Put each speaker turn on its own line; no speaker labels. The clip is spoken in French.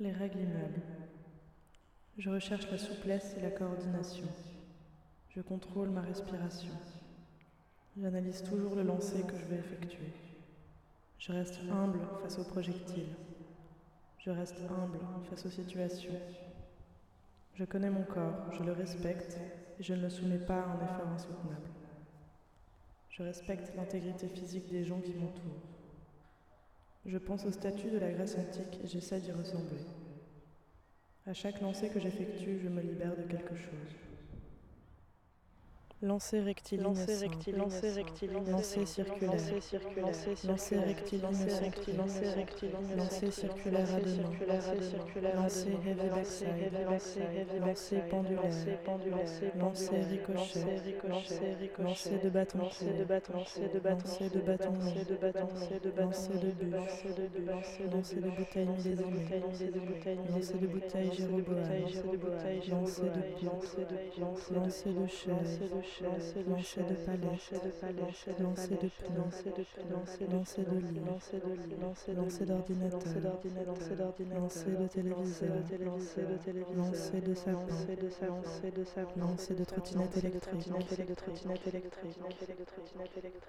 Les règles immuables. Je recherche la souplesse et la coordination. Je contrôle ma respiration. J'analyse toujours le lancer que je vais effectuer. Je reste humble face aux projectiles. Je reste humble face aux situations. Je connais mon corps, je le respecte et je ne le soumets pas à un effort insoutenable. Je respecte l'intégrité physique des gens qui m'entourent. Je pense au statut de la Grèce antique et j'essaie d'y ressembler. À chaque lancer que j'effectue, je me libère de quelque chose. Lancer rectiligne,
Lancer rectiligne,
lancer rectiligne, lancer circulaire,
lancer circulaire,
lancer rectiligne,
rectiligne,
lancer
rectiligne,
lancer circulaire à deux mains,
lancer circulaire à
lancer
deux mains,
heavy
lancer
backside,
heavy backside,
lancer pendulaire,
lancer pendulaire,
lancer
lancer
ricochet,
ricochet,
lancer
ricochet,
lancer de bâton,
lancer de bâton,
lancer de
lancer
bâton,
de bâton,
lancer de bâton, lancer de bâton, lancer de bûche,
lancer de bûche,
lancer de bouteille millésimée,
lancer de bouteille
lancer de
millésimée,
bouteille
lancer de
Jéroboam,
bouteille Jéroboam,
lancer de pied,
lancer de pied,
lancer de chaise,
lancer de chaise,
lancer de
lancer de palette,
palette, lancer de pneu,
lancer de pneu,
lancer de lit,
lancer de lit, lancer de
lancer
lit,
d'ordinateur,
lancer d'ordinateur,
lancer
d'ordinateur,
de téléviseur, lancer
lancer de téléviseur,
de sapin,
lancer de sapin,
lancer de trottinette
lancer de
électrique,
trottinette électrique, trottinette électrique, trottinette électrique.